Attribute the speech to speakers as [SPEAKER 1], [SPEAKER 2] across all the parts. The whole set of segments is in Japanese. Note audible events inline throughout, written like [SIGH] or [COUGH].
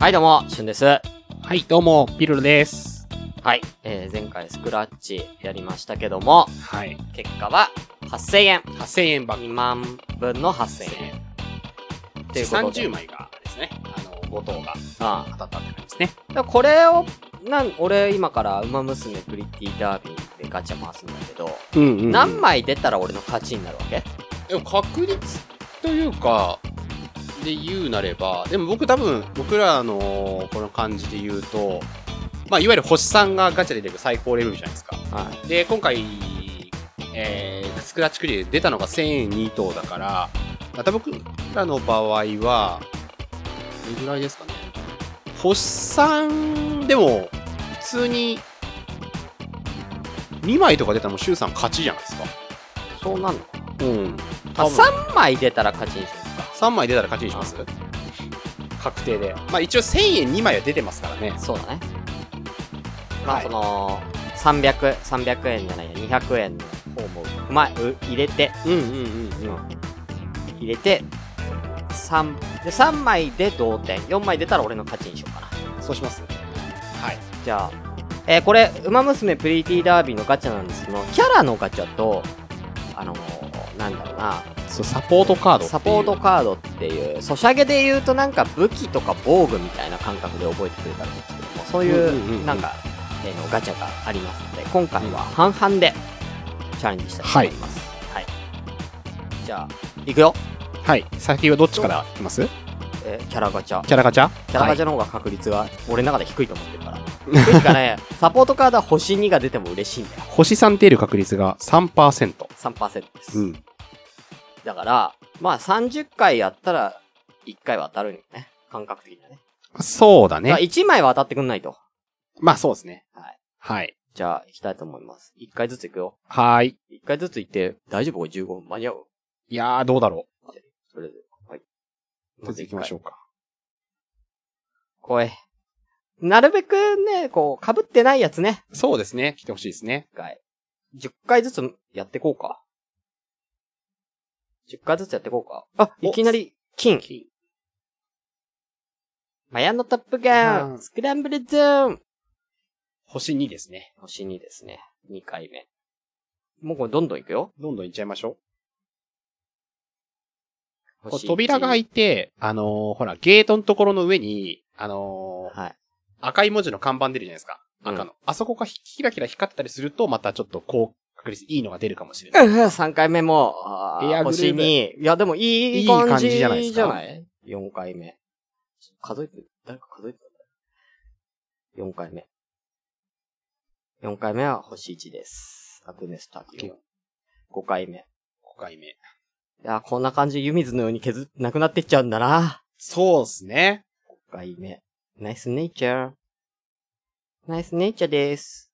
[SPEAKER 1] はい、どうも、しゅんです。は
[SPEAKER 2] はい、どうも、ピルルです。
[SPEAKER 1] い、えー、前回スクラッチやりましたけども、
[SPEAKER 2] はい。
[SPEAKER 1] 結果は8000円。
[SPEAKER 2] 8000円バッ
[SPEAKER 1] 2万分の8000円。
[SPEAKER 2] 円。
[SPEAKER 1] って
[SPEAKER 2] で、
[SPEAKER 1] いうことで
[SPEAKER 2] 30枚がですね、あの、5等が
[SPEAKER 1] あ
[SPEAKER 2] 当たったって感じですね。
[SPEAKER 1] あ。だからこれを、なん、俺今から馬娘プリティダービーでガチャ回すんだけど、
[SPEAKER 2] うん、うん
[SPEAKER 1] 何枚出たら俺の勝ちになるわけ
[SPEAKER 2] でも確率というか、で言うなれば、でも僕多分、僕らのこの感じで言うと、まあ、いわゆる星さんがガチャで出てくる最高レベルじゃないですか。
[SPEAKER 1] はい。
[SPEAKER 2] で、今回、えー、スクラッチクリアで出たのが1000円2等だから、また僕らの場合は、どれぐらいですかね。星3でも、普通に、2枚とか出たらもう周さん勝ちじゃないですか。
[SPEAKER 1] そうなんのか
[SPEAKER 2] うん。
[SPEAKER 1] あ
[SPEAKER 2] 多分
[SPEAKER 1] 3枚出たら勝ちにしますか。
[SPEAKER 2] 3枚出たら勝ちにします確定で。まあ一応1000円2枚は出てますからね。
[SPEAKER 1] そうだね。ま
[SPEAKER 2] は
[SPEAKER 1] あ、
[SPEAKER 2] い
[SPEAKER 1] その、300、300円じゃないや、200円の方も、うまい、う入れて、
[SPEAKER 2] うんうんうんうん。
[SPEAKER 1] 入れて、三で、3枚で同点。4枚出たら俺の勝ちにしようかな。
[SPEAKER 2] そうしますはい。
[SPEAKER 1] じゃあ、えーこれ、ウマ娘プリティダービーのガチャなんですけど、キャラのガチャと、あのーなんだろうな、
[SPEAKER 2] そう、サポートカード
[SPEAKER 1] サポートカードっていう、ソシャゲで言うとなんか武器とか防具みたいな感覚で覚えてくれたらいいんですけども、そう
[SPEAKER 2] うんうんうん
[SPEAKER 1] い
[SPEAKER 2] うん
[SPEAKER 1] う、なんか、えーのガチャがありますので、今回は半々でチャレンジしたいと思います。はい。じゃあ、いくよ。
[SPEAKER 2] はい。先はどっちからいきます
[SPEAKER 1] えーキャラガチャ。
[SPEAKER 2] キャラガチャ
[SPEAKER 1] キャラガチャの方が確率が俺の中で低いと思ってるから。低いかね、
[SPEAKER 2] [LAUGHS]
[SPEAKER 1] サポートカードは星2が出ても嬉しいんだよ。
[SPEAKER 2] 星3出る確率が3%。
[SPEAKER 1] 3%です。
[SPEAKER 2] うん。
[SPEAKER 1] だから、まあ30回やったら1回は当たるんよね。感覚的にはね。
[SPEAKER 2] そうだ
[SPEAKER 1] ね
[SPEAKER 2] ね。
[SPEAKER 1] 1枚は当たってくんないと。
[SPEAKER 2] まあそうですね。
[SPEAKER 1] はい。
[SPEAKER 2] はい。
[SPEAKER 1] じゃあ、行きたいと思います。1回ずつ行くよ。
[SPEAKER 2] はーい。
[SPEAKER 1] 1回ずつ行って、大丈夫 ?15 分間に合う
[SPEAKER 2] いやー、どうだろ
[SPEAKER 1] それで。はい。
[SPEAKER 2] う。とりあえず行きましょ
[SPEAKER 1] う。
[SPEAKER 2] うか。
[SPEAKER 1] 怖い。なるべくね、こう、被ってないやつね。
[SPEAKER 2] そうですね。来てほしいですね。
[SPEAKER 1] 1回。10回ずつやってこうか。10回ずつやってこうか。あ、
[SPEAKER 2] お
[SPEAKER 1] いきなり、金。マヤのトップガ
[SPEAKER 2] うん
[SPEAKER 1] ン、スクランブルズーン。
[SPEAKER 2] 星2ですね。
[SPEAKER 1] 星2ですね。2回目。もうこれどんどんいくよ。
[SPEAKER 2] どんどん行っちゃいましょう。こう
[SPEAKER 1] 星一
[SPEAKER 2] 扉が開いて、あのー、ほら、ゲートのところの上に、あのー、
[SPEAKER 1] はい。
[SPEAKER 2] 赤い文字の看板出るじゃないですか。
[SPEAKER 1] うん
[SPEAKER 2] 赤の。あそこがひキラキラ光ってたりすると、またちょっと高確率いいのが出るかもしれない。
[SPEAKER 1] 3回目も、あー
[SPEAKER 2] エアグル
[SPEAKER 1] 星
[SPEAKER 2] ーヴ
[SPEAKER 1] 2。いや、でもい
[SPEAKER 2] い
[SPEAKER 1] い
[SPEAKER 2] い
[SPEAKER 1] 感
[SPEAKER 2] 感
[SPEAKER 1] じ
[SPEAKER 2] じ
[SPEAKER 1] じ
[SPEAKER 2] じ
[SPEAKER 1] ゃ
[SPEAKER 2] ゃ
[SPEAKER 1] な
[SPEAKER 2] ないい
[SPEAKER 1] で
[SPEAKER 2] ですす
[SPEAKER 1] か。
[SPEAKER 2] か
[SPEAKER 1] ?4 回目。数えて、誰か数えてた ?4 回目。4回目は星1です。アクネスタキオン。5回目。
[SPEAKER 2] 5回目。
[SPEAKER 1] いや、こんな感じで湯水のように削、なくなってっちゃうんだな。
[SPEAKER 2] そうですね。
[SPEAKER 1] 5回目。ナイスネイチャー。ナイスネイチャーです。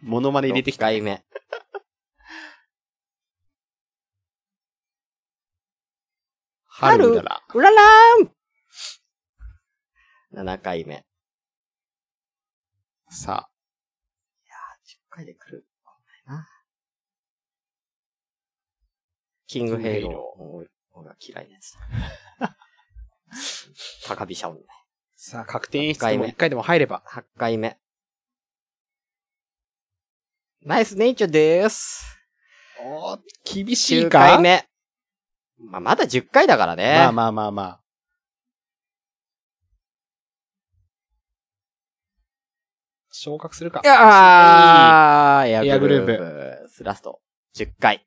[SPEAKER 2] モノマネ入れてきた。
[SPEAKER 1] 6回目。
[SPEAKER 2] 春うらら。
[SPEAKER 1] うららーん !7 回目。
[SPEAKER 2] さあ、
[SPEAKER 1] 10回で来る。来ないな。キングヘイロー。俺俺は嫌いなやつ
[SPEAKER 2] [LAUGHS]
[SPEAKER 1] だ。高飛車音ね。
[SPEAKER 2] さあ、確定演
[SPEAKER 1] 八
[SPEAKER 2] 出
[SPEAKER 1] 回
[SPEAKER 2] も
[SPEAKER 1] 目
[SPEAKER 2] 一回でも入れば。
[SPEAKER 1] 8回目。ナイスネイチャーでーす。
[SPEAKER 2] おー厳しい
[SPEAKER 1] 9
[SPEAKER 2] か
[SPEAKER 1] 回目。まあ、まだ10回だからね。
[SPEAKER 2] まあまあまあまあ。昇格するか。
[SPEAKER 1] いやー、エ
[SPEAKER 2] エ
[SPEAKER 1] ア
[SPEAKER 2] ア
[SPEAKER 1] グ
[SPEAKER 2] グ
[SPEAKER 1] ル
[SPEAKER 2] ルー
[SPEAKER 1] ー
[SPEAKER 2] プ
[SPEAKER 1] プ。スラスト。10回。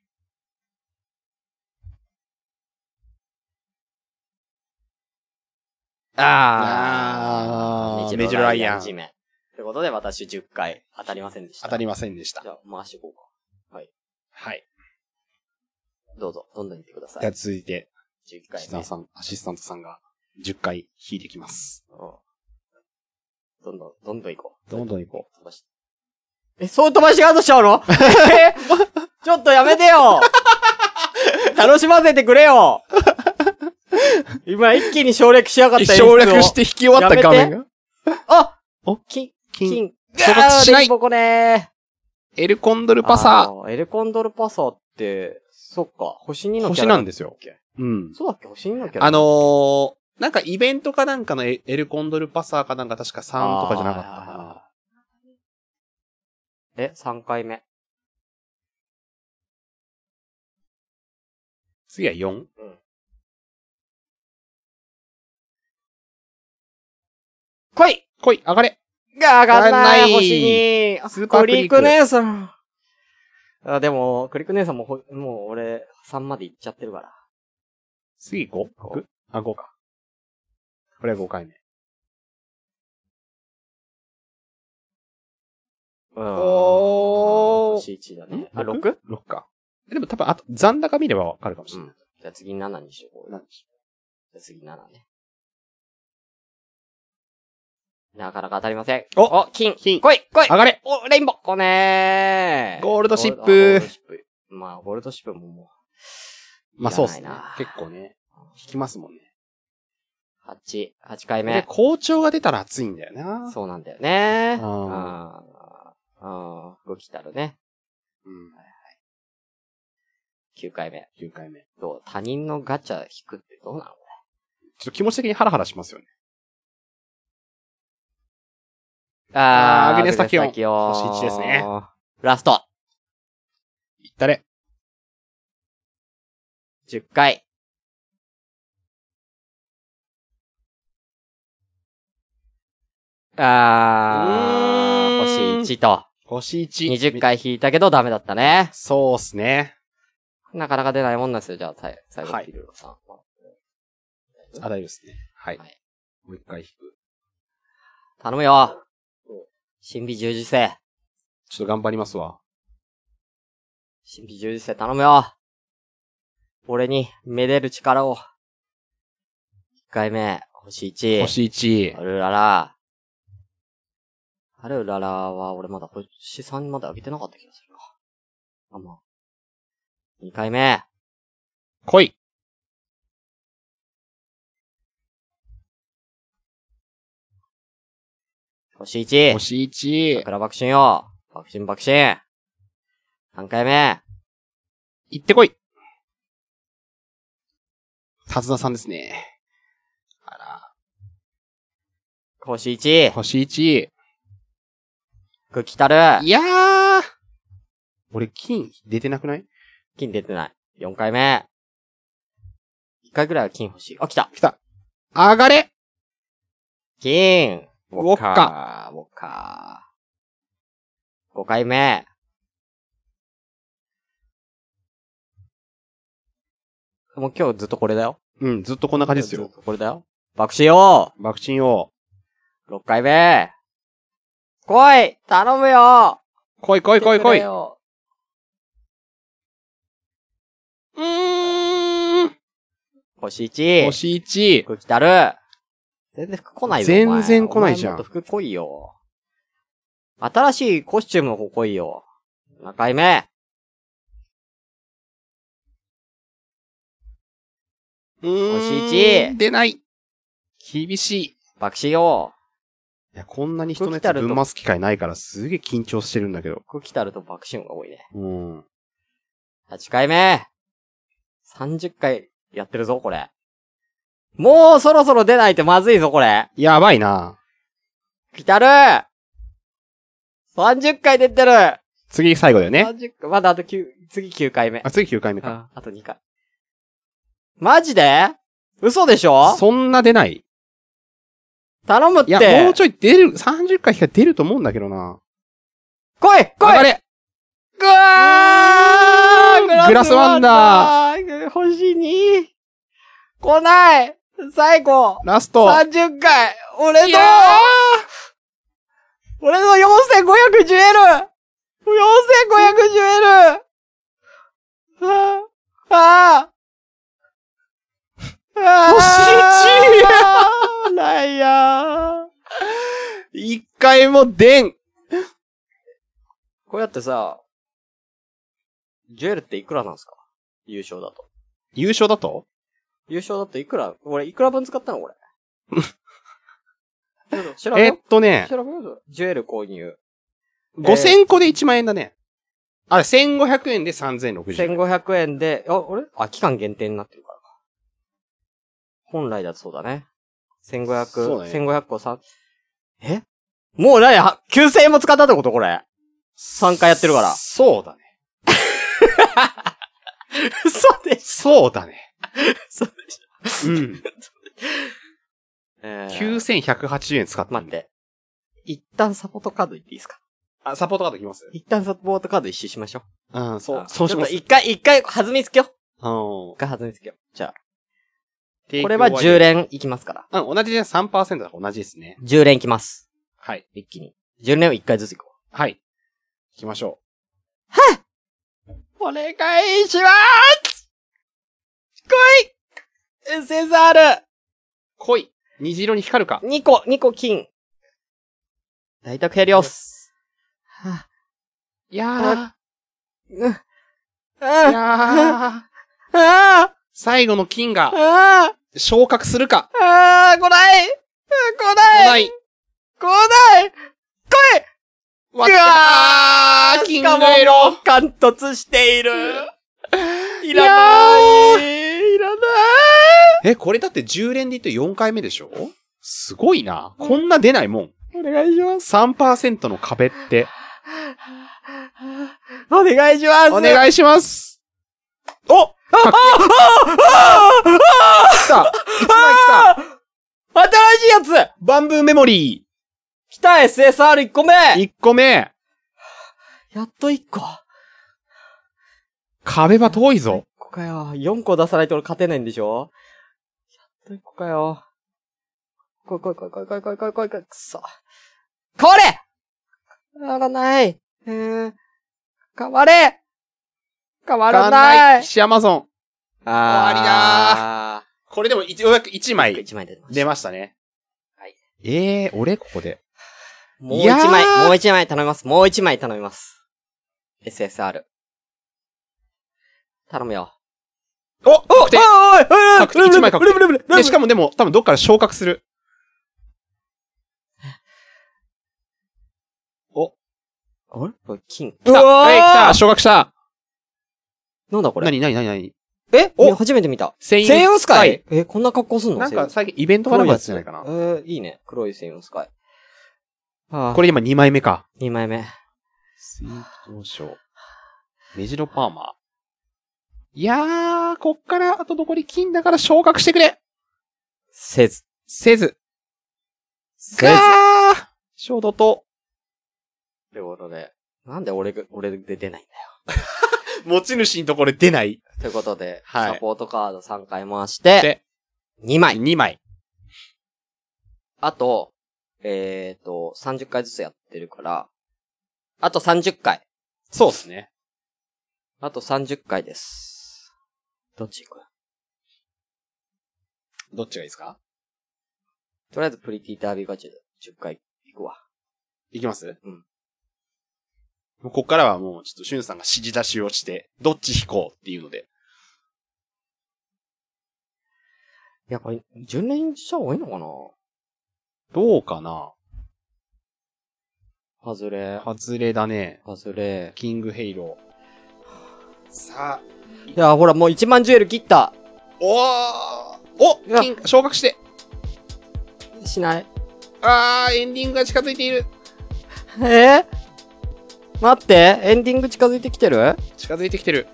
[SPEAKER 1] あ
[SPEAKER 2] あ
[SPEAKER 1] ー。
[SPEAKER 2] ー
[SPEAKER 1] メジロライアン。
[SPEAKER 2] メ
[SPEAKER 1] 地
[SPEAKER 2] ジ
[SPEAKER 1] 面。ということで、私10回当たりませんでした。
[SPEAKER 2] 当たりませんでした
[SPEAKER 1] じ。ゃあ、回していこうか。
[SPEAKER 2] はい。
[SPEAKER 1] どうぞ、どんどん行ってくださ
[SPEAKER 2] じゃあ
[SPEAKER 1] い。
[SPEAKER 2] 続いて、
[SPEAKER 1] 11
[SPEAKER 2] ア
[SPEAKER 1] 回
[SPEAKER 2] シスタ
[SPEAKER 1] 目
[SPEAKER 2] ント。さん、アシスタントさんが10回引いてきます。
[SPEAKER 1] うんどんどん、どんどん行こう。
[SPEAKER 2] どんどん行こ
[SPEAKER 1] 飛ばしえ、そう飛ばしガードしちゃうの [LAUGHS] えちょっとやめて
[SPEAKER 2] [LAUGHS]
[SPEAKER 1] よ楽しませてくれよ今一気に省略しやがった演出を
[SPEAKER 2] 省略して引き終わった画面が。
[SPEAKER 1] あ
[SPEAKER 2] お
[SPEAKER 1] 金、
[SPEAKER 2] 金
[SPEAKER 1] 金。
[SPEAKER 2] 昇格しな
[SPEAKER 1] あーレ
[SPEAKER 2] い
[SPEAKER 1] インボコね
[SPEAKER 2] エルコンドル
[SPEAKER 1] ー
[SPEAKER 2] パサ
[SPEAKER 1] あーエルコンドルパサーって、そっか、星2の
[SPEAKER 2] ー。
[SPEAKER 1] キャラ。
[SPEAKER 2] 星なんですよ
[SPEAKER 1] キャラ。
[SPEAKER 2] うん。
[SPEAKER 1] そうだっけ星2のキャラ。
[SPEAKER 2] あのー、なんかイベントかなんかのエエルコンドルパサーかなんか確か3とかじゃなかったかな。
[SPEAKER 1] た。え、3回目。
[SPEAKER 2] 次は 4?
[SPEAKER 1] 来い
[SPEAKER 2] 来い上がれ
[SPEAKER 1] が上がんな
[SPEAKER 2] 上がんない
[SPEAKER 1] い星に
[SPEAKER 2] スーパークリック
[SPEAKER 1] ク姉さんあ、でも、クリック姉さんもほ、もう俺、3まで行っちゃってるから。
[SPEAKER 2] 次 5?
[SPEAKER 1] 五
[SPEAKER 2] あ、5か。これは5回目。
[SPEAKER 1] うん。
[SPEAKER 2] おー
[SPEAKER 1] 星1だね。あ、
[SPEAKER 2] 六
[SPEAKER 1] 6?
[SPEAKER 2] 6か。でも多分、あと、残高見ればわかるかもしれない。
[SPEAKER 1] じゃあ次7にしよう。じ
[SPEAKER 2] 7
[SPEAKER 1] ゃあ次7ね。なかなか当たりません。
[SPEAKER 2] お
[SPEAKER 1] お金
[SPEAKER 2] 金
[SPEAKER 1] 来い来い
[SPEAKER 2] 上がれ
[SPEAKER 1] お、レインボーこねー
[SPEAKER 2] ゴールドシップ
[SPEAKER 1] ゴールドシップ。まあ、ゴールドシップもも
[SPEAKER 2] まあそうっすね
[SPEAKER 1] いらないな。
[SPEAKER 2] 結構ね。引きますもんね。
[SPEAKER 1] う、8、8回
[SPEAKER 2] で、
[SPEAKER 1] 目。
[SPEAKER 2] 校長が出たら熱いんだよな。
[SPEAKER 1] そうなんだよね。
[SPEAKER 2] あ
[SPEAKER 1] ああ。うん。動きたるね。
[SPEAKER 2] う。ん。
[SPEAKER 1] 9回目。
[SPEAKER 2] 9回目。ちょ
[SPEAKER 1] どう他人のガチャ引くってどうなの
[SPEAKER 2] っと気持ち的にハラハラしますよね。
[SPEAKER 1] あ
[SPEAKER 2] あーアグネスタキオン
[SPEAKER 1] アグネタキオン
[SPEAKER 2] 星一ですね。
[SPEAKER 1] ラスト、
[SPEAKER 2] いったれ。
[SPEAKER 1] 10回。あ
[SPEAKER 2] うー
[SPEAKER 1] ー、
[SPEAKER 2] ん
[SPEAKER 1] 星1と。
[SPEAKER 2] 星1。
[SPEAKER 1] 20。回引いたけどダメだったね。
[SPEAKER 2] そうっすね。
[SPEAKER 1] なかなか出ないもんなんですよ、じゃあ、さい最後
[SPEAKER 2] は、い
[SPEAKER 1] ピルロさん。
[SPEAKER 2] あ、大丈夫ですね。はい。
[SPEAKER 1] はい
[SPEAKER 2] もう一回引く。
[SPEAKER 1] 頼むよ。神秘従事生。
[SPEAKER 2] ちょっと頑張りますわ。
[SPEAKER 1] 神秘従事生頼むよ。俺に、めでる力を。1回目、星1。
[SPEAKER 2] 星1
[SPEAKER 1] あ。るらら。あるららは、俺まだ星3まで上げてなかった気がするな。あ、まあ。2回目。
[SPEAKER 2] 来い。
[SPEAKER 1] 星1。
[SPEAKER 2] 星1。
[SPEAKER 1] 桜爆心よ。爆心爆心。3回目。
[SPEAKER 2] 行ってこい。手綱さんですね。あら。
[SPEAKER 1] 星1。
[SPEAKER 2] 星1。
[SPEAKER 1] くきたる
[SPEAKER 2] い。やー。俺、金出てなくない
[SPEAKER 1] 金出てない。4回目。1回くらいは金欲しい。あ、来た。
[SPEAKER 2] 来た。上がれ
[SPEAKER 1] 金。ウ
[SPEAKER 2] ォッ
[SPEAKER 1] カー。ウォッカー。5回目。もう今日ずっとこれだよ。
[SPEAKER 2] うん、ずっとこんな感じです
[SPEAKER 1] ず
[SPEAKER 2] よ
[SPEAKER 1] っ。とこれだよ。爆死よ
[SPEAKER 2] 爆心を。
[SPEAKER 1] !6 回目。来い頼むよ
[SPEAKER 2] 来い来い来い来い。う
[SPEAKER 1] い
[SPEAKER 2] ーん。
[SPEAKER 1] 星 1!
[SPEAKER 2] 星1。
[SPEAKER 1] 服来たる全然服来ないぞ。
[SPEAKER 2] 全
[SPEAKER 1] お前
[SPEAKER 2] 然来ないじゃん
[SPEAKER 1] お前もっと服来いよ。新しいコスチュームの方来いよ。7回目。
[SPEAKER 2] うーん
[SPEAKER 1] 星一
[SPEAKER 2] 出ない。厳しい。い
[SPEAKER 1] 爆死よ。
[SPEAKER 2] や、こんなに人のや
[SPEAKER 1] 来た
[SPEAKER 2] つ
[SPEAKER 1] ると
[SPEAKER 2] ぶん回す機会ないから、すげえ緊張してるんだけど。
[SPEAKER 1] 服来たると爆死音が多いね。
[SPEAKER 2] うん。
[SPEAKER 1] 8回目。30回やってるぞ、これ。もうそろそろ出ないとまずいぞ、これ。
[SPEAKER 2] やばいな。
[SPEAKER 1] 来たる !30 回出てる
[SPEAKER 2] 次最後だよね。
[SPEAKER 1] !30 回、まだあと9、次9回目。
[SPEAKER 2] あ、次9回目か。
[SPEAKER 1] ああと2回。マジで嘘でしょ
[SPEAKER 2] そんな出ない
[SPEAKER 1] 頼むって
[SPEAKER 2] いや、もうちょい出る、30回しか出ると思うんだけどな。
[SPEAKER 1] 来い
[SPEAKER 2] 上が
[SPEAKER 1] 来い
[SPEAKER 2] れ
[SPEAKER 1] ぐわ
[SPEAKER 2] うーん
[SPEAKER 1] ーー星に来ない最後
[SPEAKER 2] ラスト
[SPEAKER 1] !30 回俺
[SPEAKER 2] い
[SPEAKER 1] の
[SPEAKER 2] や
[SPEAKER 1] 俺の4500ジュエル !4500 ジュエルあああああ
[SPEAKER 2] 星一
[SPEAKER 1] あーライアー
[SPEAKER 2] 一回も出ん
[SPEAKER 1] こうやってさ、ジュエルっていくらなんですか優勝だと。
[SPEAKER 2] 優勝だと
[SPEAKER 1] 優勝だといくら、俺、いくら分使ったのこれ。ちょっと調べ
[SPEAKER 2] えっ
[SPEAKER 1] よ
[SPEAKER 2] と
[SPEAKER 1] う。
[SPEAKER 2] ね、
[SPEAKER 1] 調べよう。ジュエル購入。
[SPEAKER 2] 5000個で1万円だね。あれ、1500円で3060円。
[SPEAKER 1] 1500円で、あ、あれあ、期間限定になってるからか。本来だとそうだね。
[SPEAKER 2] そう
[SPEAKER 1] 1500、
[SPEAKER 2] ね
[SPEAKER 1] 1500個さ、えもう何や、9000円も使ったってことこれ。3回やってる
[SPEAKER 2] [LAUGHS]
[SPEAKER 1] から。
[SPEAKER 2] そうだね。
[SPEAKER 1] 嘘でし
[SPEAKER 2] そうだね。
[SPEAKER 1] [LAUGHS] そう
[SPEAKER 2] うん。
[SPEAKER 1] えー
[SPEAKER 2] 9180円使ったんだ。
[SPEAKER 1] 待って。一旦サポートカードいっていいですか
[SPEAKER 2] あ、サポートカードきます
[SPEAKER 1] 一旦サポートカード一周しましょう。
[SPEAKER 2] うん、そう、
[SPEAKER 1] あ
[SPEAKER 2] そうします
[SPEAKER 1] ちょ。っと一回、一回、弾みつけよう。
[SPEAKER 2] あの
[SPEAKER 1] 一、回弾みつけよう。じゃあ。
[SPEAKER 2] 提供
[SPEAKER 1] これは10。連いきますから。
[SPEAKER 2] うん、同じで3%だから同じですね。
[SPEAKER 1] 10連いきます。
[SPEAKER 2] はい。
[SPEAKER 1] 一気に。10連を一回ずついこ
[SPEAKER 2] はい。行きまし
[SPEAKER 1] う。
[SPEAKER 2] ょ
[SPEAKER 1] お願いします来い !SSR!
[SPEAKER 2] う。来い。虹色に光るか。
[SPEAKER 1] 2個、2個金。大宅やります。は
[SPEAKER 2] はいや
[SPEAKER 1] ぁ、
[SPEAKER 2] ー。
[SPEAKER 1] あ、
[SPEAKER 2] い
[SPEAKER 1] あ、
[SPEAKER 2] やー。
[SPEAKER 1] あ、
[SPEAKER 2] 最後の金が
[SPEAKER 1] あ、
[SPEAKER 2] 昇格するか。
[SPEAKER 1] あー、来ない来
[SPEAKER 2] 来
[SPEAKER 1] な
[SPEAKER 2] ないい。
[SPEAKER 1] 来ない
[SPEAKER 2] わっ
[SPEAKER 1] う
[SPEAKER 2] たー金が色
[SPEAKER 1] 貫突している。いらない。いらない。
[SPEAKER 2] え、これだって10連で言って4回目でしょすごいな。こんな出ないもん。
[SPEAKER 1] お願いします。
[SPEAKER 2] 3%の壁って。
[SPEAKER 1] お願いします。
[SPEAKER 2] お
[SPEAKER 1] い。
[SPEAKER 2] 願いしますお来た一枚来た
[SPEAKER 1] 新しいや
[SPEAKER 2] バンブーメモリ
[SPEAKER 1] つ来た !SSR1 個目
[SPEAKER 2] ー !1 個目
[SPEAKER 1] やっと1個。
[SPEAKER 2] 壁は遠いぞ。
[SPEAKER 1] 1個かよ。4個出さないと俺勝てないんでしょやっと1個かよ。来い来い来い来い来い来い来い来い来い。くそ。変われ変わらない。えー、変われ変わらない
[SPEAKER 2] 岸アマゾン。
[SPEAKER 1] あ
[SPEAKER 2] これでも一ようやく1枚
[SPEAKER 1] 一枚出ました
[SPEAKER 2] 出ましたね。
[SPEAKER 1] はい。
[SPEAKER 2] ええー、俺ここで。
[SPEAKER 1] もう
[SPEAKER 2] い
[SPEAKER 1] 一
[SPEAKER 2] やー
[SPEAKER 1] 枚、もう一枚頼みます。もう一枚頼みます。SSR。頼むよ。
[SPEAKER 2] おおで
[SPEAKER 1] おいお
[SPEAKER 2] 確定一枚確定
[SPEAKER 1] ブルブ
[SPEAKER 2] で、しかもでも、多分どっから昇格する。お、
[SPEAKER 1] も、あれこれ金。
[SPEAKER 2] 来たはい、来た
[SPEAKER 1] 来
[SPEAKER 2] 昇格した
[SPEAKER 1] たなんだこ
[SPEAKER 2] な
[SPEAKER 1] れ
[SPEAKER 2] になになになに
[SPEAKER 1] え
[SPEAKER 2] お
[SPEAKER 1] お初めて見た。
[SPEAKER 2] 千
[SPEAKER 1] セイヨンスカイえ、こんな格好すんの
[SPEAKER 2] なんか
[SPEAKER 1] セ
[SPEAKER 2] 最近イベン
[SPEAKER 1] イ
[SPEAKER 2] ト
[SPEAKER 1] ヨン
[SPEAKER 2] かなんかやつじゃないか
[SPEAKER 1] 黒
[SPEAKER 2] な。
[SPEAKER 1] いやつえー、いいね。黒いセイヨンスカイ。ああ、
[SPEAKER 2] こ
[SPEAKER 1] これ
[SPEAKER 2] れ今2枚目か。
[SPEAKER 1] 2枚目。
[SPEAKER 2] 水道省。目白パーマー。いやー、こっからあと残り金だから昇格してくれ
[SPEAKER 1] せず。
[SPEAKER 2] せず。
[SPEAKER 1] せず。
[SPEAKER 2] あー衝動と。
[SPEAKER 1] ってことで、なんで俺が、俺で出ないんだ
[SPEAKER 2] 持ち主のところで出ない。
[SPEAKER 1] よ。ということで、
[SPEAKER 2] はい
[SPEAKER 1] サポートカード3回回して、
[SPEAKER 2] で、
[SPEAKER 1] 2枚。
[SPEAKER 2] 2枚。
[SPEAKER 1] あと、えっ、と、30回ずつやってるから、あと30回。
[SPEAKER 2] そうですね。
[SPEAKER 1] あと30回です。どっち行く
[SPEAKER 2] どっちがいいですか
[SPEAKER 1] とりあえずプリティダービーガチで10回行くわ。
[SPEAKER 2] いきます
[SPEAKER 1] うん。
[SPEAKER 2] ここっからはもう、ちょっと、しゅんさんが指示出しをして、どっち引こうっていうので。
[SPEAKER 1] いや、これ、10連した方がいいのかな
[SPEAKER 2] どうかな
[SPEAKER 1] 外れ。
[SPEAKER 2] 外れだね。
[SPEAKER 1] 外れ。
[SPEAKER 2] キングヘイロー。さあ、
[SPEAKER 1] いや、ほら、もう1万ジュエル切った。
[SPEAKER 2] おーお
[SPEAKER 1] いや
[SPEAKER 2] 金昇格して
[SPEAKER 1] しない。
[SPEAKER 2] あー、エンディングが近づいている
[SPEAKER 1] えー、待って、エンディング近づいてきてる
[SPEAKER 2] 近づいてきてる。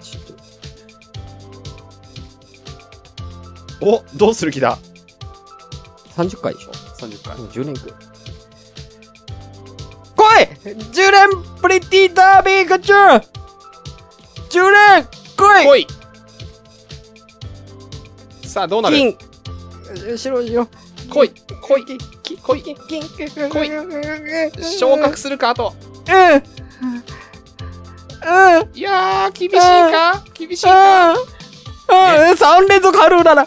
[SPEAKER 1] ちょっと
[SPEAKER 2] おどうする気だ
[SPEAKER 1] 30回でしょ
[SPEAKER 2] ?30 回。
[SPEAKER 1] もう10連く。来い !10 連プリティダービーガチュー !10 連来い
[SPEAKER 2] 来いさあ、どうなる
[SPEAKER 1] 金白白
[SPEAKER 2] 来い来い
[SPEAKER 1] 金金
[SPEAKER 2] 来い
[SPEAKER 1] 金金い
[SPEAKER 2] 昇格するかあと。
[SPEAKER 1] うんうんうん
[SPEAKER 2] いやー、厳しいか厳しいか
[SPEAKER 1] うん3連続ハルーだなう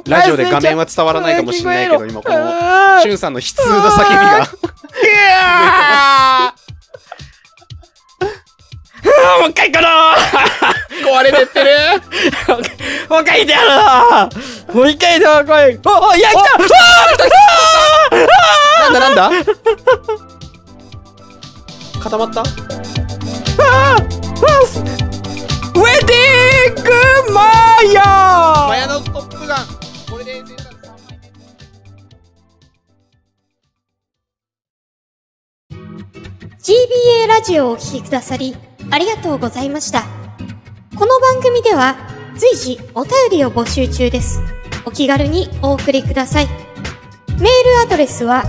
[SPEAKER 1] ん
[SPEAKER 2] ラジオで画面は伝わらないかもしれないけど、今この、しゅんさんの悲痛な叫びが。
[SPEAKER 1] あーもう一回行く
[SPEAKER 2] [LAUGHS] 壊れてってる
[SPEAKER 1] の [LAUGHS] もう一回行ってやるのもう一回行ってやるのおおいや来た
[SPEAKER 2] なんだなんだ固まった
[SPEAKER 1] ウェディングマヤ
[SPEAKER 2] マヤのトップガンこれで全然
[SPEAKER 3] 系ラジオをお聴きくださり、ありがとうございました。この番組では、随時お便りを募集中です。お気軽にお送りください。メールアドレスは、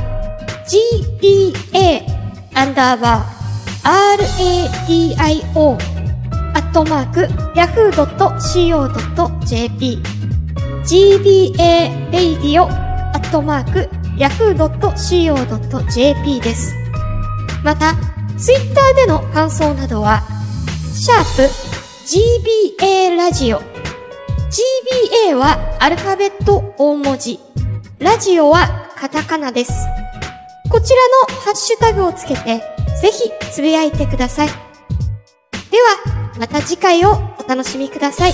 [SPEAKER 3] gba, アンダーバー、radio, アットマーク、yahoo.co.jp gba.radio.yahoo.co.jp です。また、ツイッターでの感想などは、シャープ gba ラジオ。gba はアルファベット大文字。ラジオはカタカナです。こちらのハッシュタグをつけて、ぜひつぶやいてください。では、また次回をお楽しみください。